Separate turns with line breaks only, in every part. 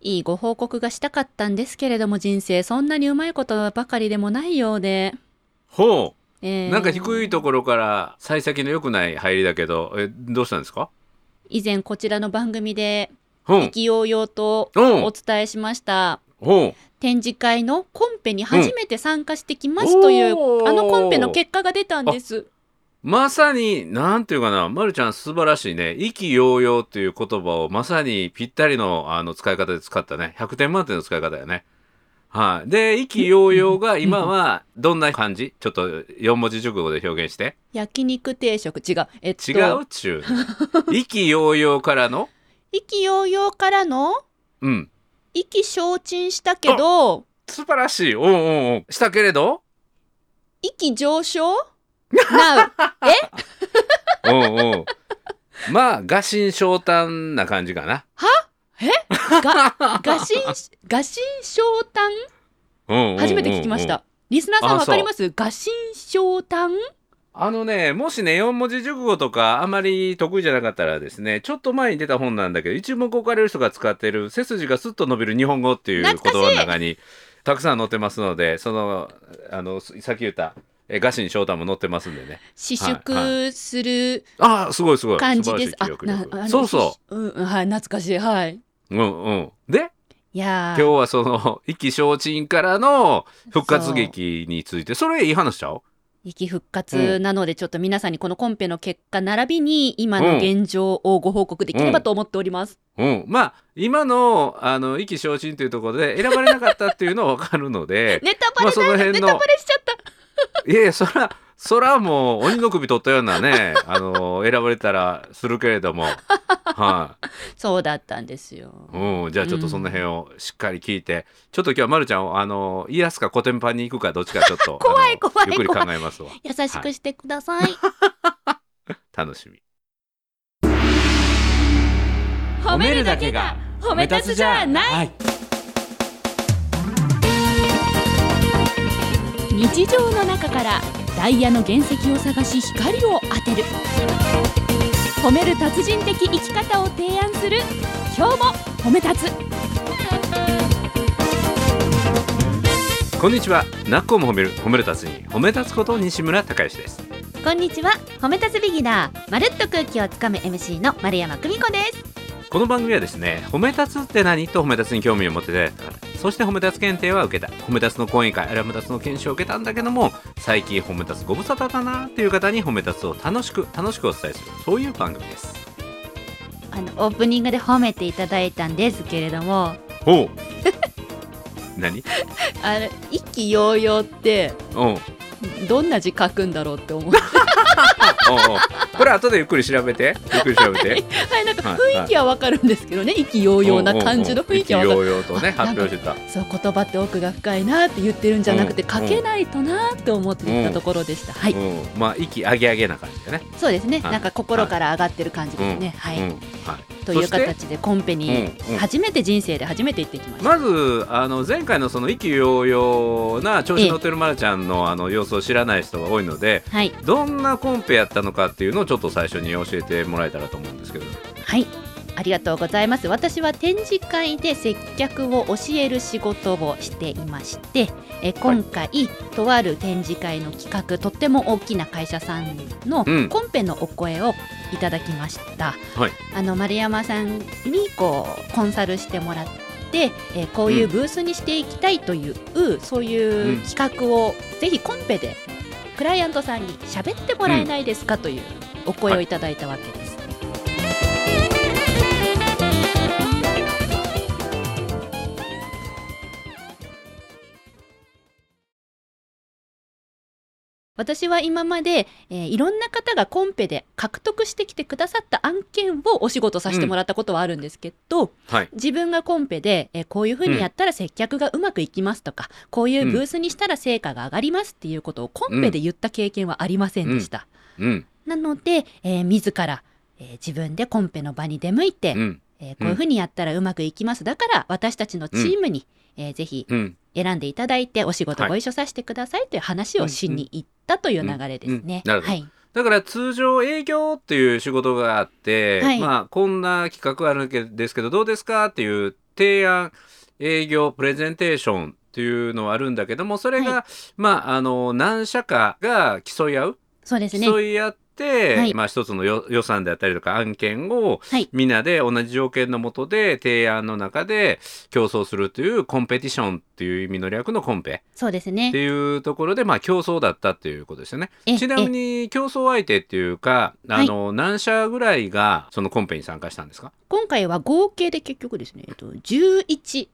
いいご報告がしたかったんですけれども人生そんなにうまいことばかりでもないようで、
ほ
えー
うなんか低いところから幸先の良くない入りだけどえどうしたんですか
以前こちらの番組で
うん
意気揚々と
うん
お伝えしました
ほ
展示会のコンペに初めて参加してきます
うん
という、
おー
あのコンペの結果が出たんです。
うまさになんていうかな、ま、るちゃん素晴らしいね意気揚々っていう言葉をまさにぴったりのあの使い方で使ったね100点満点の使い方よね。はい、で意気揚々が今はどんな感じちょっと4文字熟語で表現して
焼肉定食違うえっと
違うっちゅうね意気揚々からの
意気揚々からの
うん
意気消沈したけど
素晴らしいおうおうおうしたけれど
意気上昇 なう
おうおうまあ餓心昇胆な感じかな
が餓心し餓心昇胆
うんうんうんうん
初めて聞きました。リスナーさん
あ
わかります餓心昇胆
あのねもしね4文字熟語とかあまり得意じゃなかったらですねちょっと前に出た本なんだけど一目置かれる人が使ってる背筋がスッと伸びる日本語っていう言
懐かしい
葉の中にたくさん載ってますのでそのあのさっき言ったえ餓心昇胆も載ってますんでね
私
はい
縮する
ああすごいすごい
感じです。
素晴らしい記憶
な
力そうそう
う。うん、はい、懐かしい。はい。
うんうん。で、
いや
今
ー
日はその、意気消沈からの復活劇について、それいい話ちゃう
息復活なので、ちょっと皆さんにこのコンペの結果並びに今の現状をご報告できればと思っております。
うん。まあ、今の、あの、意気消沈というところで選ばれなかったっていうのはわかるの で、
ネタバレ
まあその
だ、
辺の
ネタバレしちゃった。
いやいや、そら、そらもう鬼の首取ったようなね、あの、選ばれたらするけれども、はい、
そうだったんですよ。
うん。じゃあちょっとその辺をしっかり聞いて、ちょっと今日はまるちゃんを、あの、癒やすかコテンパンに行くかどっちかちょっと、
怖い
あの
怖い
ゆっくり考
怖
えますわ。
優しくしてください。
楽しみ。
褒めるだけが褒め立つじゃない。
い
日常の中からダイヤの原石を探し光を当てる褒める達人的生き方を提案する今日も褒め立つ
こんにちはなっこも褒める褒める達人褒め立つこと西村孝之です
こんにちは褒め立つビギナーまるっと空気をつかむ MC の丸山久美子です
この番組はですね褒め立つって何と褒め立つに興味を持っていただいた方そして褒め立つ検定は受けた褒め立つの講演会あるいは褒め立つの研修を受けたんだけども最近褒め立つご無沙汰だなっていう方に褒め立つを楽しく楽しくお伝えするそういう番組です
あのオープニングで褒めていただいたんですけれども
おう何
あの意気揚々って
おうおうおう
どんな字書くんだろうって思う
これ後でゆっくり調べてゆっくり調べ て
はいなんか
はい
雰囲気はわかるんですけどね意気揚々な感じの雰囲気はわかる
おうおうおう意気揚々とね発表してた
そう言葉って奥が深いなって言ってるんじゃなくて、
うん
書けないとなって思って言ったところでした、はい、
うん、まあ息上げ上げな感じだね。
そうですね、
はい
なんか心から上がってる感じですね、はい、
うん、はい。
という
そして
形でコンペに
うんうん
初めて人生で初めて行ってきました、
まずあの前回のその意気揚々な調子に乗ってるまるちゃんのあの様子を知らない人が多いので、
はい
どんなコンペやったのかっていうのをちょっと最初に教えてもらえたらと思うんですけど。
はいありがとうございます私は展示会で接客を教える仕事をしていましてえ今回、とある展示会の企画とっても大きな会社さんの
うん
コンペのお声をいただきました、
はい
あの丸山さんにこうコンサルしてもらってえこういうブースにしていきたいという、そういう企画をぜひコンペでクライアントさんに喋ってもらえないですかというお声をいただいたわけです。私は今まで、えーいろんな方がコンペで獲得してきてくださった案件をお仕事させてもらったことはあるんですけど、
はい。
自分がコンペで、えーこういうふうにやったら接客がうまくいきますとか、こういうブースにしたら成果が上がりますっていうことをコンペで言った経験はありませんでした。
うん
なので、えー自ら、えー自分でコンペの場に出向いて、
うん
えーこういうふうにやったらうまくいきます。だから私たちのチームに、えーぜひ
うん。
選んでいただいてお仕事
はい
ご一緒させてくださいという話をしに行ったという流れですね。
うんうんうんなるほど
はい、
だから通常営業っていう仕事があって、
はい
まあこんな企画あるんですけどどうですかっていう提案営業プレゼンテーションっていうのはあるんだけどもそれが、
は
まああの何社かが競い合う
そうですね。
競い合って、
はい
まあ、一つのよ予算であったりとか案件を
はい
みんなで同じ条件のもとで提案の中で競争するというコンペティションっていう意味の略のコンペ
そうです
っ
ね
て。いうところで、まあ、競争だったっていうことですよね。
え
ちなみに競争相手っていうかあの、何社ぐらいがそのコンペに参加したんですか
今回は合計で結局ですね、えっと、11。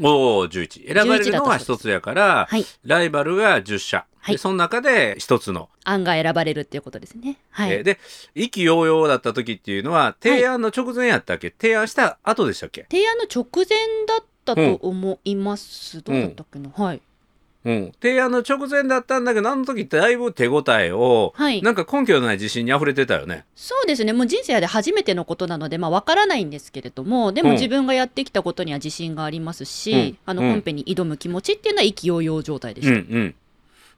おお11選ばれるのは一つやから、
はい。
ライバルが10社、
はい
でその中で一つの、
案が選ばれるっていうことですね。はい。
えーで意気揚々だった時っていうのは提案の直前やったっけ、提案した後でしたっけ、
提案の直前だったと思います。どうだったっけな、はい。
うん、提案の直前だったんだけどあの時だいぶ手応えを、
はい
なんか根拠のない自信に溢れてたよね。
そうですね。もう人生で初めてのことなので、まあ、わからないんですけれども、で
う
も
ん
自分がやってきたことには自信がありますし、
うん
あの、
うん
コンペに挑む気持ちっていうのは意気揚々状態でし
うん
た。
うん、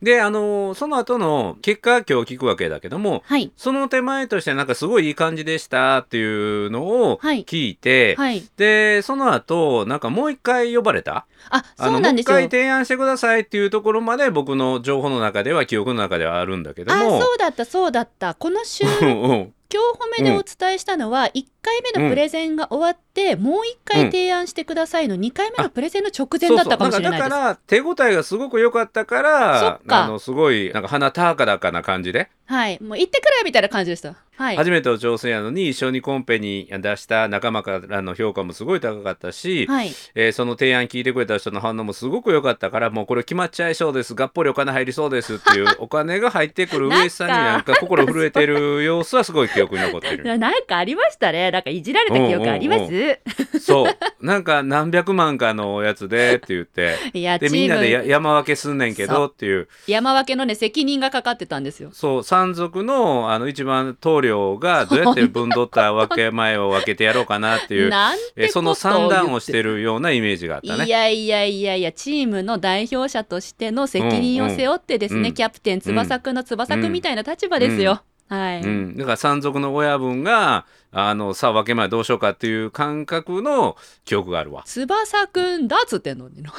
であのーその後の結果今日聞くわけだけども、
はい。
その手前としてなんかすごいいい感じでしたっていうのを
はい
聞いて、
はい。
でその後なんかもう一回呼ばれた
あ、
あ
そ
の
うなん
も
で
う一
すよ。
回提案してくださいっていうところまで僕の情報の中では記憶の中ではあるんだけど
あ、
も
そうだった、そうだった。この週、
うんうん
今日褒めでお伝えしたのは、1回目のプレゼンが終わって、もう1回提案してくださいの2回目のプレゼンの直前だったかもしれない
そ
です。
うそうんかだから手応えがすごく良かったか
そ
ら
っか
あのすごいなんか鼻高々な感じで、
はい。もう行ってくるみたいな感じでした。はい。
初めての挑戦やのに一緒にコンペに出した仲間からの評価もすごい高かったし、
はい。
えーその提案聞いてくれた人の反応もすごく良かったからもうこれ決まっちゃいそうですがっぽりお金入りそうですっていうお金が入ってくる上地さんにな んか心震えてる様子はすごい記憶に残ってる
ななんかありましたね。なんかいじられた記憶あります。
うんうんそうなんか何百万かのやつでって 言って
いや、チ
でみんなで
ー
や
ム、
山分けすんねんけ
そ
どっていう
山分けのね、責任がかかってたんですよ。
そう山賊のあの一番棟梁がどうやって分取った分け前を分けてやろうかなっていう。
なん
え
て
ーその
ことを
三段
言
を
っ。
しててるようなイメージがあった
い
ね。
やいやいやいや、チームの代表者としての責任を背負ってですね、
うんうん
キャプテン翼くんの翼くんみたいな立場ですよ。はい、
うん、だから山賊の親分があのさあ分け前どうしようかっていう感覚の記憶があるわ。
翼くんだっつってん のにな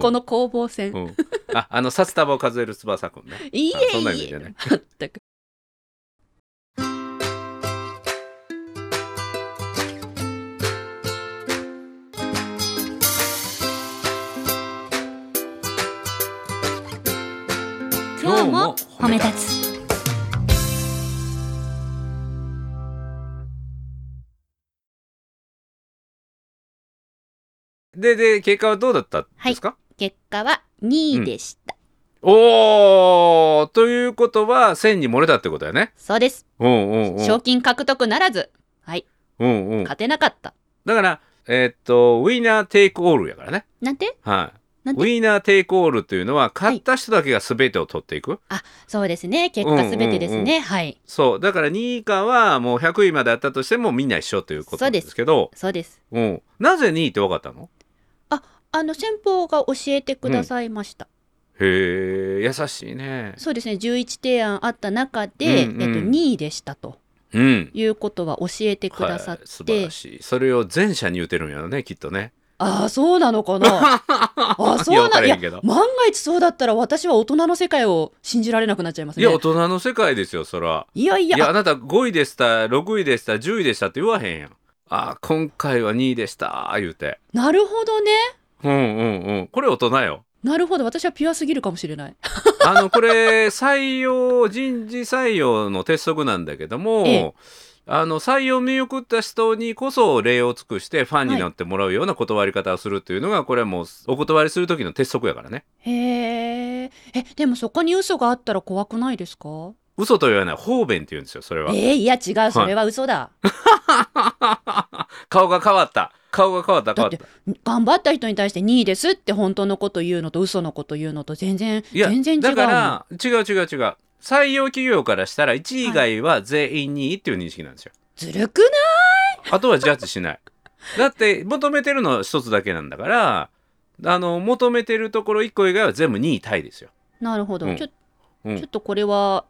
この攻防戦。
うん、ああの札束を数える翼くんね。
いい
あ
え
そんない意
い
味じゃな
え
い。
全く。
今日も褒め
立つ。
でで結果はどうだったんですか、
結果は2位でした。
おーということは線に漏れたってことだよね。
そうです。
うんうんうん
賞金獲得ならず、はい、
うんうん、だ
勝てなかった。
から、えーっとウィナーテイクオールやからね。
なんて
はい
なんて
ウィナーテイクオールというのは勝った人だけが全てを取っていく、
そうですね。結果すべてですね。
うんうん
はい。
そうだから2位以下はもう100位まであったとしてもみんな一緒ということなんですけど
そうです。
うん、なぜ2位って分かったの
あの、先方が教えてくださいました。
へえ優しいね
そうですね。11提案あった中で、
うんうん
えっと、2位でしたと
うん
いうことは教えてくださっ
はい、素
て、
晴らしいそれを全社に言うてるんやろねきっとね
ああ、そうなのか なあそうなん
い
いや
や分からへんけど
万が一そうだったら私は大人の世界を信じられなくなっちゃいます
い
ね
や大。人の世界ですよそら
いやい
い
や、
やあなた5位でした6位でした10位でしたって言わへんやんあ今回は2位でした言うて
なるほどね。
うんうんうんこれ大 人よ
なるほど。私はピュアすぎるかもしれない。
あのこれ採用人事採用の鉄則なんだけども、
ええ
あの採用見送った人にこそ礼を尽くしてファンになってもらうような断り方をするというのが、これはもうお断りする時の鉄則やからね
へえ。え、でもそこに嘘があったら怖くないですか
嘘とは言わない方便って言うんですよそれは、
えー、いや違う。それは嘘だ。
顔が変わった顔が変わった変
だ
わ
っ、
って
頑張った人に対して2位ですって本当のこと言うのと嘘のこと言うのと全然、
いや
全然違うも
だ
ん。
から違う違う違う採用企業からしたら1位以外は全員2位っていう認識なんですよ、
ずるくない
あとはジャッジしない。だって求めてるのは一つだけなんだからあの求めてるところ1個以外は全部2位タイですよ。
なるほど。
うん
ちょ
うん
ちょっとこれは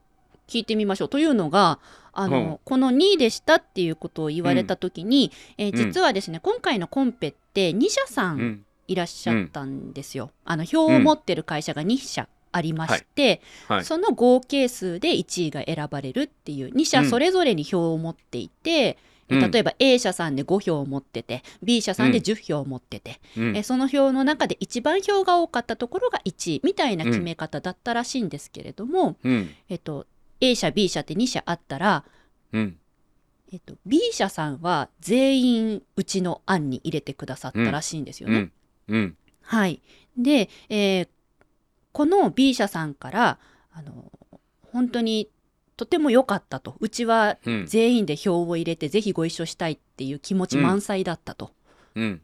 聞いてみましょう。というのが、あの、
うん
この2位でしたっていうことを言われたときに、えー
ん
実はですね、今回のコンペって2社さ
うんん
いらっしゃったんですよ。あの票を持ってる会社が2社ありまして、
はいはい
その合計数で1位が選ばれるっていう2
う
社
ん
それぞれに票を持っていて、
うん
例えば A 社さんで5票を持ってて B 社さんで
うん
10票を持ってて、
うん
えその票の中で一番票が多かったところが1位みたいな決め方だったらしいんですけれども、
うん
えっと、A 社 B 社って2社あったら、
うん
えっと、B 社さんは全員うちの案に入れてくださったらしいんですよ
う
ね。
んうん
はい。で、えーこの B 社さんから、あの、本当にとても良かったと。うちは
うん
全員で票を入れて、ぜひご一緒したいっていう気持ち満載だったと。
うん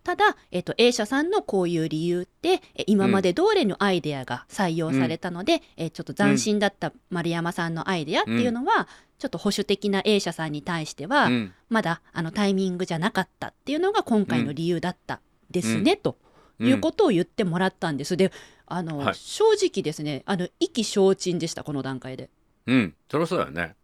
ただ、えっと、A 社さんのこういう理由って、え今まで通りのアイデアが採用されたので、えちょっと斬新だった丸山さんのアイデアっていうのは、ちょっと保守的な A 社さんに対しては、
うん
まだあのタイミングじゃなかったっていうのが今回の理由だったですね、と
うん
いうことを言ってもらったんです。で、あの、
はい
正直ですね、あの意気消沈でしたこの段階で。
うんそりゃそうだよね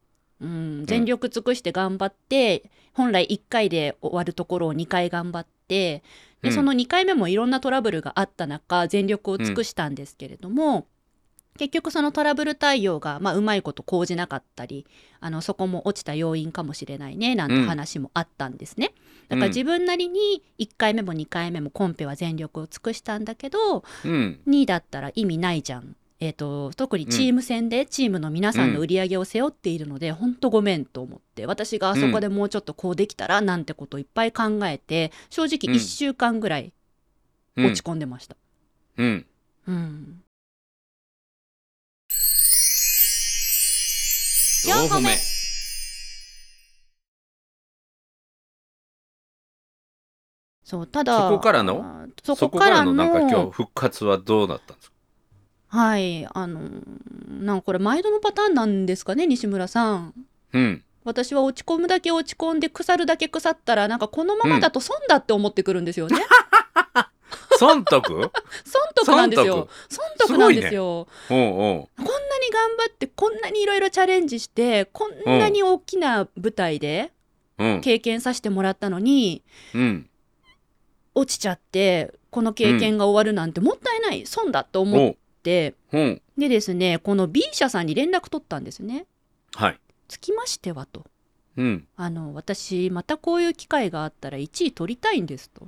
うん、全力尽くして頑張って、本来1回で終わるところを2回頑張って、
う
で
ん
その2回目もいろんなトラブルがあった中全力を尽くしたんですけれども、結局そのトラブル対応が、まあ、うまいこと講じなかったりあのそこも落ちた要因かもしれないねなんて話もあったんですね。だから自分なりに1回目も2回目もコンペは全力を尽くしたんだけど
うん
2位だったら意味ないじゃん。えー、と特にチーム戦でチームの皆さんの売り上げを背負っているので、ほん、本当ごめんと思って私があそこでもうちょっとこうできたらなんてことをいっぱい考えて正直
うん
1週間ぐらい
うん
落ち込んでました。
うん
うん
4
個目そうただ
そこからの
あー
そ
そ
こ
こ
か
からら
の
の
なんか今日復活はどうなったんですか
はいあのーなんかこれ毎度のパターンなんですかね西村さん。
うん
私は落ち込むだけ落ち込んで腐るだけ腐ったらなんかこのままだと損だって思ってくるんですよね、
損得
損得なんですよ損得なんですよ
うんうん
こんなに頑張ってこんなにいろいろチャレンジしてこんなに大きな舞台で
うん
経験させてもらったのに、
うん
落ちちゃってこの経験が終わるなんてもったいない、損だと思っ
お
て
うん
でですねこの B 社さんに連絡取ったんですね
はい
つきましてはと
うん
あの私またこういう機会があったら1位取りたいんですと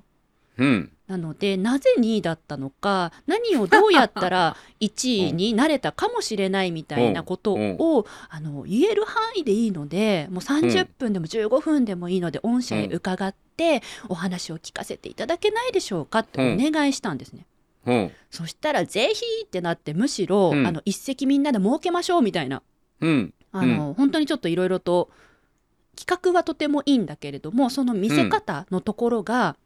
うん
なのでなぜ2位だったのか何をどうやったら 1位になれたかもしれないみたいなこと
うん
をあの言える範囲でいいのでもう
う
30
ん
分でも15分でもいいので御社へ伺ってお話を聞かせていただけないでしょうかってお願いしたんですね。
うん
そしたら「ぜひ!」ってなってむしろ、
うん
あの一席みんなで設けましょうみたいな
うん
あの、本当にちょっといろいろと企画はとてもいいんだけれどもその見せ方のところが、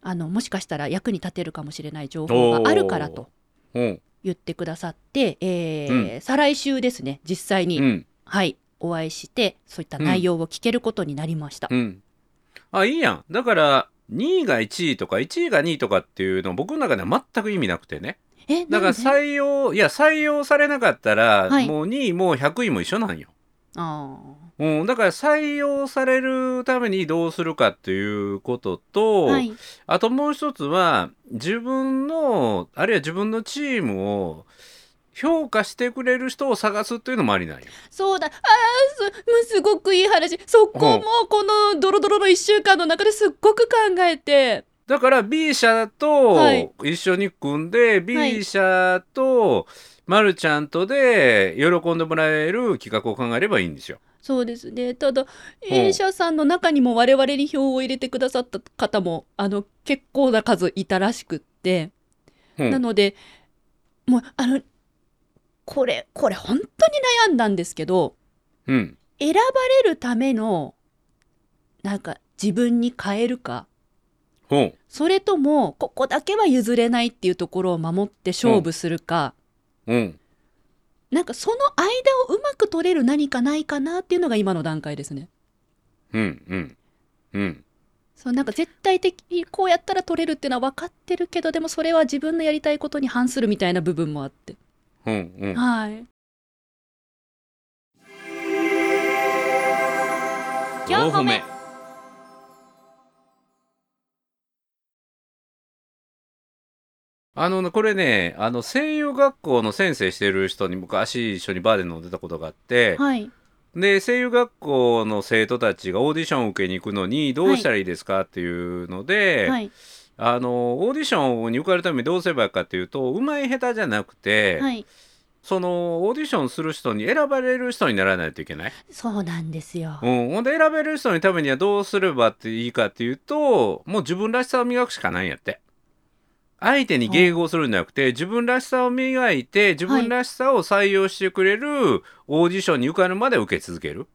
あのもしかしたら役に立てるかもしれない情報があるからと
うん
言ってくださって、えー再来週ですね実際に、
うん
はいお会いしてそういった内容を聞けることになりました。
うんあいいやんだから2位が1位とか1位が2位とかっていうの僕の中では全く意味なくてね
え
だから
なんで
採用いや採用されなかったら、
はい
もう2位も100位も一緒なんよ、
あ
うん、だから採用されるためにどうするかっていうこと
ー
と、
はい
あともう一つは自分のあるいは自分のチームを評価してくれる人を探すっていうのもありなんよ。
そうだあーすもうすごくいい話そこもこのドロドロの1週間の中ですっごく考えて
だから B 社
はい
と一緒に組んで、
はい
B 社とまるちゃんとで喜んでもらえる企画を考えればいいんですよ。
そうですね。ただ、A 社さんの中にも我々に票を入れてくださった方も、あの、結構な数いたらしくって。
うん
なので、もう、あの、これ、これ本当に悩んだんですけど、
うん
選ばれるための、なんか自分に変えるか、
ほう
それとも、ここだけは譲れないっていうところを守って勝負するか、
うん
なんかその間をうまく取れる何かないかなっていうのが今の段階ですね。
うんうんうん
そうなんか絶対的にこうやったら取れるっていうのは分かってるけどでもそれは自分のやりたいことに反するみたいな部分もあって、
うんうん
はい4
五
歩目
あのこれねあの声優学校の先生してる人に昔一緒にバーで飲んでたことがあって、
はい
で声優学校の生徒たちがオーディションを受けに行くのにどうしたらいいですかっていうので、
はい
あのオーディションに受かるためにどうすればいいかっていうと上手い下手じゃなくて、
はい
そのオーディションする人に選ばれる人にならないといけない。
そうなんですよ
うん、ほんで選べる人のためにはどうすればっていいかっていうともう自分らしさを磨くしかないんやって相手に迎合するんじゃなくて自分らしさを磨いて自分らしさを採用してくれるオーディションに受かるまで受け続ける、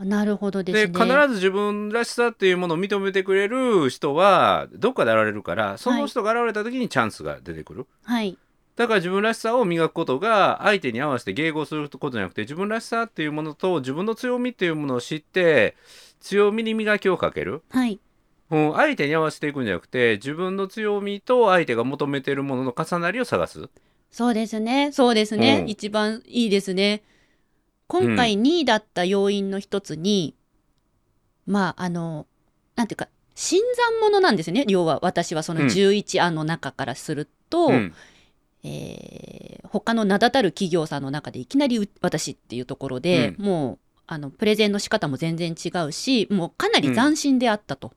なるほどで
です
ね
必ず自分らしさっていうものを認めてくれる人はどっかで現れるからその人が現れた時にチャンスが出てくる、
はい
だから自分らしさを磨くことが相手に合わせて迎合することじゃなくて自分らしさっていうものと自分の強みっていうものを知って強みに磨きをかける、
はい
うん、相手に合わせていくんじゃなくて自分の強みと相手が求めてるものの重なりを探す
そうですねそうですね、
うん
一番いいですね今回2位だった要因の一つに、まああのなんていうか新参者なんですよね要は私はその
うん
11案の中からすると、
うん
えー他の名だたる企業さんの中でいきなりう私っていうところで、
う
もうあのプレゼンの仕方も全然違うしもうかなり斬新であったと。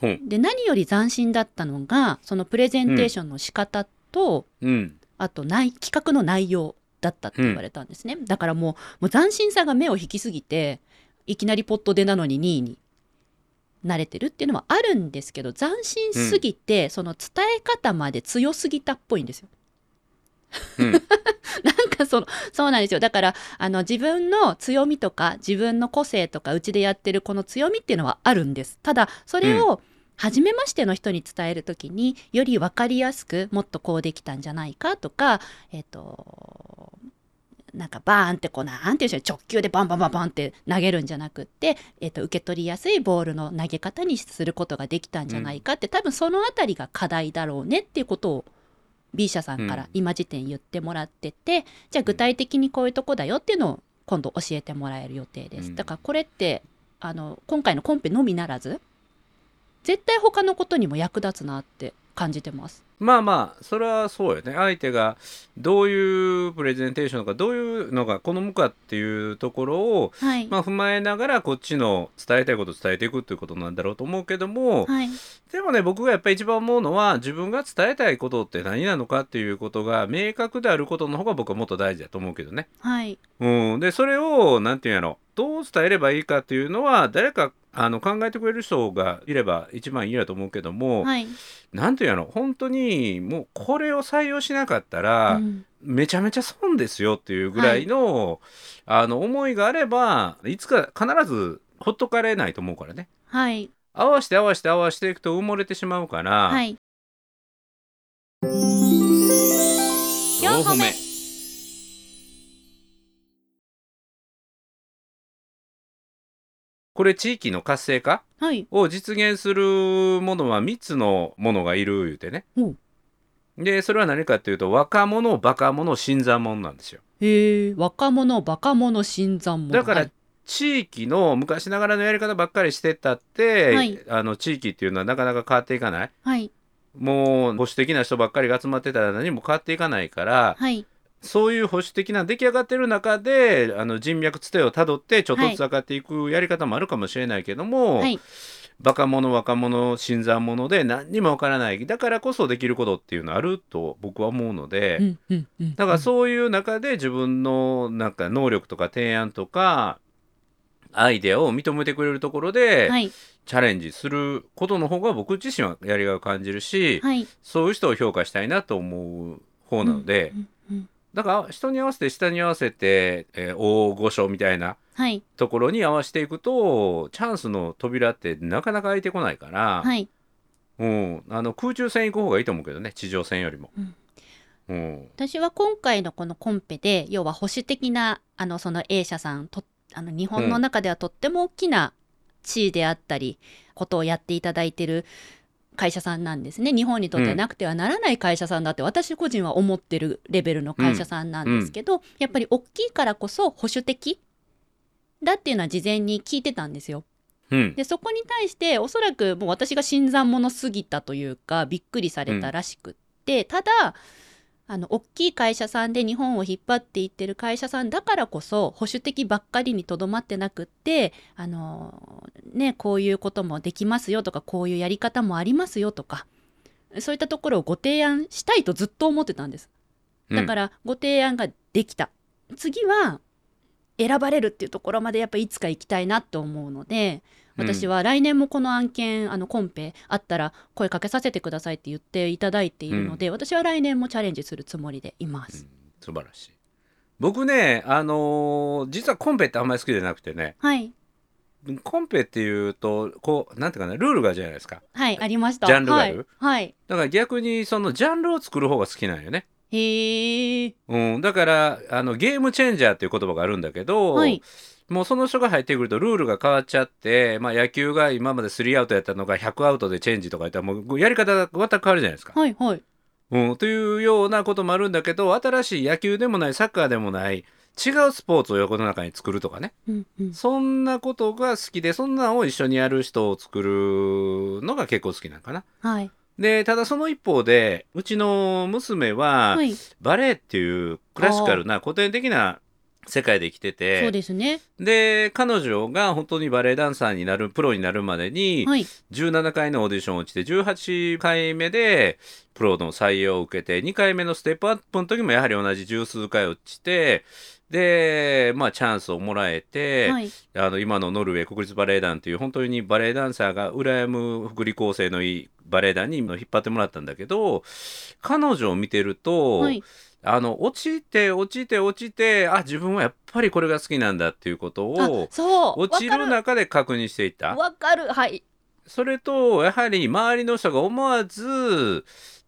ほう
で何より斬新だったのがそのプレゼンテーションの仕方と、
うん
あと内企画の内容だったって言われたんですね、だからもうもう斬新さが目を引きすぎていきなりポットでなのに2位に慣れてるっていうのはあるんですけど斬新すぎて、その伝え方まで強すぎたっぽいんですよ。
うん
なんかそのそうなんですよだからあの自分の強みとか自分の個性とかうちでやってるこの強みっていうのはあるんですただそれを初めましての人に伝えるときにより分かりやすくもっとこうできたんじゃないかとかえっ、となんかバーンってこうなんていうんでしょう直球でバンバンバンバンって投げるんじゃなくって、えっと受け取りやすいボールの投げ方にすることができたんじゃないかって、多分そのあたりが課題だろうねっていうことを B 社さんか
うん
ら今時点言ってもらってて、じゃあ具体的にこういうとこだよっていうのを今度教えてもらえる予定です、
うん
だからこれってあの今回のコンペのみならず絶対他のことにも役立つなって感じてます
まあまあそれはそうよね相手がどういうプレゼンテーションとかどういうのが好むかっていうところを、
はい、
まあ、踏まえながらこっちの伝えたいことを伝えていくっていうことなんだろうと思うけども、
はい
でもね僕がやっぱり一番思うのは自分が伝えたいことって何なのかっていうことが明確であることの方が僕はもっと大事だと思うけどね。
はい
うん、でそれを何て言うんやろどう伝えればいいかっていうのは誰かあの考えてくれる人がいれば一番いいやと思うけども
はい、
何、て言うんやろ本当にもうこれを採用しなかったら、
うん
めちゃめちゃ損ですよっていうぐらいの,、あの思いがあればいつか必ずほっとかれないと思うからね。
はい
合わして合わして合わしていくと埋もれてしまうから。
はい
四歩目これ地域の活性化
はい
を実現するものは3つのものがいる言うてね
うん。
でそれは何かっていうと若者バカ者新参者なんですよ。
へえ若者バカ者新参者
だか
は
ら
い
地域の昔ながらのやり方ばっかりしてたって、
はい
あの地域っていうのはなかなか変わっていかない
はい
もう保守的な人ばっかりが集まってたら何も変わっていかないから、
はい
そういう保守的な出来上がってる中であの人脈つてをたどってちょっとずつ上がっていくやり方もあるかもしれないけども、
はい
バカ者若者新参者で何にもわからないだからこそできることっていうのあると僕は思うので、
うんうんうん
だからそういう中で自分のなんか能力とか提案とかアイデアを認めてくれるところで、
はい
チャレンジすることの方が僕自身はやりがいを感じるし、
はい
そういう人を評価したいなと思う方なので。
うんうん
だから人に合わせて下に合わせて、えー大御所みたいな
はい
ところに合わせていくとチャンスの扉ってなかなか開いてこないから、
はい
うん、あの空中戦行く方がいいと思うけどね地上戦よりも。
うん
うん
私は今回のこのコンペで要は保守的なあのその A 社さんとあの日本の中ではとっても大きな地位であったり、ことをやっていただいてる会社さんなんですね日本にとってはなくてはならない会社さんだって私個人は思ってるレベルの会社さんなんですけど、やっぱり大きいからこそ保守的だっていうのは事前に聞いてたんですよ。
うん、
でそこに対しておそらくもう私が新参者すぎたというかびっくりされたらしくって、ただあの大きい会社さんで日本を引っ張っていってる会社さんだからこそ保守的ばっかりにとどまってなくってあの、ね、こういうこともできますよとかこういうやり方もありますよとかそういったところをご提案したいとずっと思ってたんです。だかららご提案ができた、次は選ばれるっていうところまでやっぱいつか行きたいなと思うので私
は
は来年もこの案件あのコンペあったら声かけさせてくださいって言っていただいているので、私は来年もチャレンジするつもりでいます。
素晴らしい僕ねあのー実はコンペってあんまり好きじゃなくてね
はい
コンペっていうとこうなんていうかなルールがあるじゃないですか
はいありました。
ジャンルがある
はい、
だから逆にそのジャンルを作る方が好きなんよね
はい、へえ
うん、だからあのゲームチェンジャーっていう言葉があるんだけど、
はい
もうその人が入ってくるとルールが変わっちゃって、まあ、野球が今まで3アウトやったのが100アウトでチェンジとか言ったらもうやり方が全く変わるじゃないですか。
はいはい
うん、というようなこともあるんだけど新しい野球でもないサッカーでもない違うスポーツを世の中に作るとかね
うんうん
そんなことが好きでそんなんを一緒にやる人を作るのが結構好きなんかな。
はい
でただその一方でうちの娘は、
はい、
バレエっていうクラシカルな古典的な世界で生きて
そう
て
ですね
で彼女が本当にバレエダンサーになるプロになるまでに
はい
17回のオーディションを落ちて18回目でプロの採用を受けて2回目のステップアップの時もやはり同じ十数回落ちてでまあチャンスをもらえて、
はい
あの今のノルウェー国立バレエ団という本当にバレエダンサーが羨む福利厚生のいいバレエ団に引っ張ってもらったんだけど彼女を見てると、
はい
あの落ちて落ちて落ちてあ自分はやっぱりこれが好きなんだっていうこと
あ
を
そう
落ちる
わ
中で確認してい
か
た
るわかるはい
それとやはり周りの人が思わず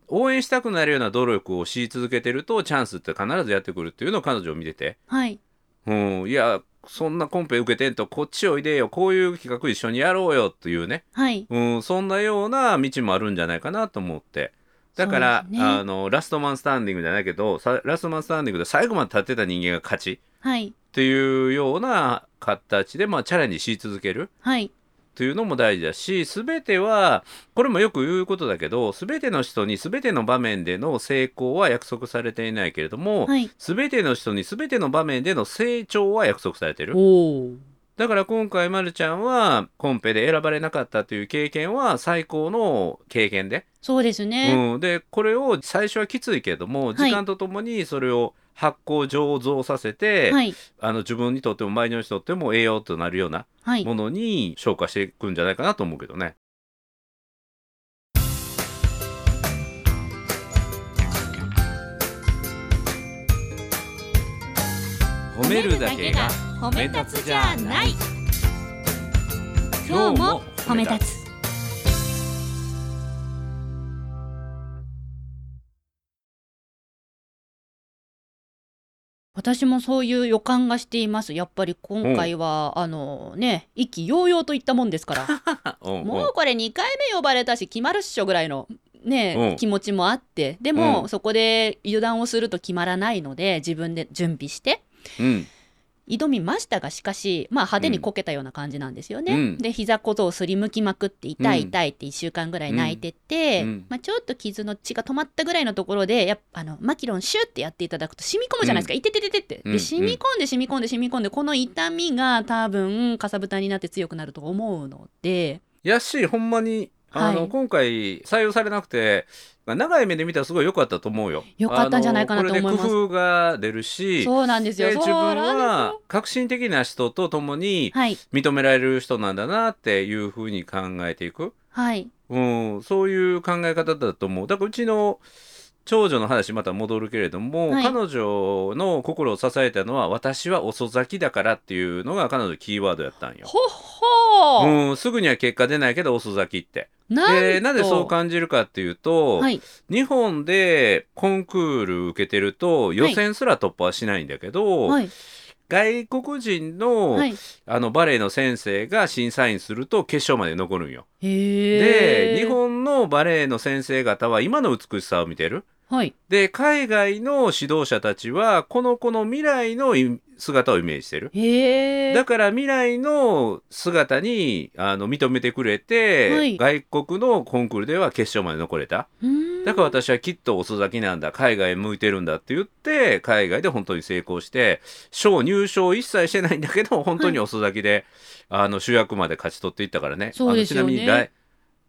応援したくなるような努力をし続けてるとチャンスって必ずやってくるっていうのを彼女を見てて
はい
うん、いやそんなコンペ受けてんとこっちおいでよこういう企画一緒にやろうよっていうね、
はい
うん、そんなような道もあるんじゃないかなと思ってだから、
そうですね
あのラストマンスタンディングじゃないけどさラストマンスタンディングで最後まで立ってた人間が勝ち
はい
っていうような形で、まあ、チャレンジし続ける
はい
というのも大事だし全てはこれもよく言うことだけど全ての人に全ての場面での成功は約束されていないけれども、
はい
全ての人に全ての場面での成長は約束されてる。
おお
だから今回まるちゃんはコンペで選ばれなかったという経験は最高の経験で、
そうですね、
うん、でこれを最初はきついけども
い
時間とともにそれを発酵醸造させて、
はい
あの自分にとっても周りの人にとっても栄養となるような
はい
ものに昇華していくんじゃないかなと思うけどね。褒めるだけが
褒
め立つじゃない
今日も褒め 立つ私もそういう予感がしていますやっぱり今回は、あのね意気揚々といったもんですから
うん
も うこれ2回目呼ばれたし決まるっしょぐらいの
う
ね
ん
気持ちもあってで
う
も
ん
そこで油断をすると決まらないので自分で準備して
うん
挑みましたがしかし、まあ、派手にこけたような感じなんですよね。
うん
で膝小僧をすりむきまくって痛い
うん
痛いって1週間ぐらい泣いてて、
うんうん
まあ、ちょっと傷の血が止まったぐらいのところでやっぱあのマキロンシュッてやっていただくと染み込むじゃないですか、いててててって
うんう
で
ん
染み込んで染み込んで染み込んでこの痛みが多分かさぶたになって強くなると思うので
やっしほんまにあの、
はい
今回採用されなくて長い目で見たらすごい良かったと思うよ。
良かったんじゃないかなと思います
あのこれで工夫が出るし
そうなんですよ。
で
そう
自
なん
分
です
は
よ
革新的な人と共に
はい
認められる人なんだなっていうふうに考えていく、
はい
うん、そういう考え方だと思う。だからうちの長女の話また戻るけれども、
はい
彼女の心を支えたのは私は遅咲きだからっていうのが彼女のキーワードやったんよ。
ほっほー、
うん、すぐには結果出ないけど遅咲きって。
なんと
でなんでそう感じるかっていうと、
はい
日本でコンクール受けてると予選すら突破はしないんだけど、
はい
外国人の,、
はい
あのバレエの先生が審査員すると決勝まで残るんよ。
へー
で日本のバレエの先生方は今の美しさを見てる
はい。
で海外の指導者たちはこの子の未来のい姿をイメージしてる。
へえ。
だから未来の姿にあの認めてくれて、外国のコンクールでは決勝まで残れた
うーん
だから私はきっと遅咲きなんだ海外向いてるんだって言って海外で本当に成功して賞入賞一切してないんだけど本当に遅咲きで、あの主役まで勝ち取っていったからね
そうですよね
あのちなみに来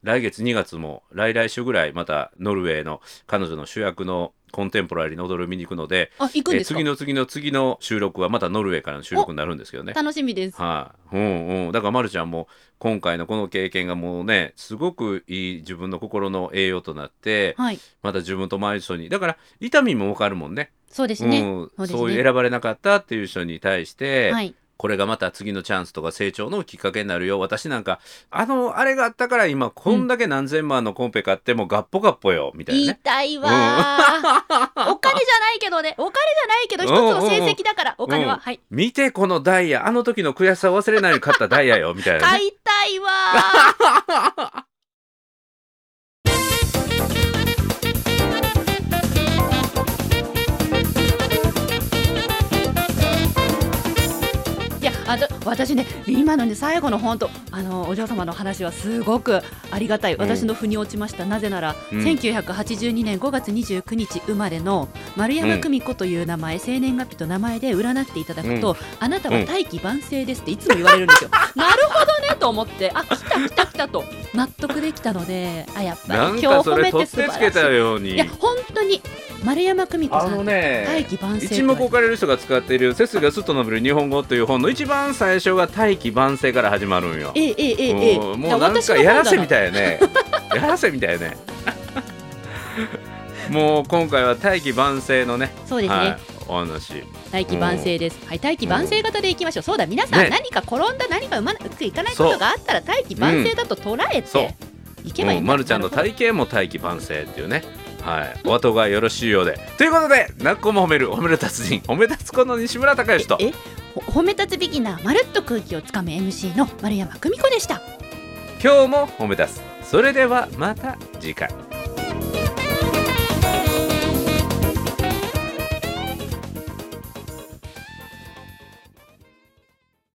来月2月も来来週ぐらいまたノルウェーの彼女の主役のコンテンポラリーの踊りを見に行くので
あ、行くん
え
ですか
次の次の次の収録はまたノルウェーからの収録になるんですけどね。
楽しみです。
はい、うんうん、だからまるちゃんも今回のこの経験がもうねすごくいい自分の心の栄養となって、
はい。
また自分と周りの人にだから痛みも分かるもんね
そうですね。
うん、
そうですね
そういう選ばれなかったっていう人に対して、
はい。
これがまた次のチャンスとか成長のきっかけになるよ私なんかあのあれがあったから今こんだけ何千万のコンペ買ってもガッポガッポよみたいな
言い
ね。
たいわー。 お金じゃないけどね。お金じゃないけど、一つの成績だから、お金
うん
は。はい。
見てこのダイヤあの時の悔しさを忘れないように買ったダイヤよみたいな、ね、
買いたいわー。いやあと私ね今のね最後の本当あのお嬢様の話はすごくありがたい
ん
私の腑に落ちました、なぜなら、
うん
1982年5月29日生まれの丸山久美子という名前生、年月日と名前で占っていただくと、あなたは大器晩成ですっていつも言われるん ですよ、なるほどねと思ってあ来た来た来たと納得できたのであやっぱ
なん
り今
か
日
そ
褒
れ
め
取
て
っ
素晴
て
ら
つ
し
けた
い
よう
い
に
や本当に丸山久美子
あ
さん大
のね
器晩成と
一目置かれる人が使っている「背筋がすっと伸びる日本語」という本の一番最初が「大器晩成」から始まるんよ。
ええええええ
うんもうなんかやらせみたいね やらせみたいね もう今回は大器晩成のね
いそうですね、
はい、お話
大器晩成です。はい、大器晩成型でいきましょう。そうだ、皆さん、
ね
何か転んだ、何かうまくいかないことがあったら、大器晩成だと捉え
そ
て。いけばいい
も
だ
うまるちゃんの
なる
体型も大器晩成っていうねはい、お後がよろしいようでということでなっこも褒める褒める達人褒め立つこの西村隆之と
ええほどほ褒め立つビギナー、まるっと空気をつかむ MC の丸山久美子でした。
今日も褒め立つそれではまた次回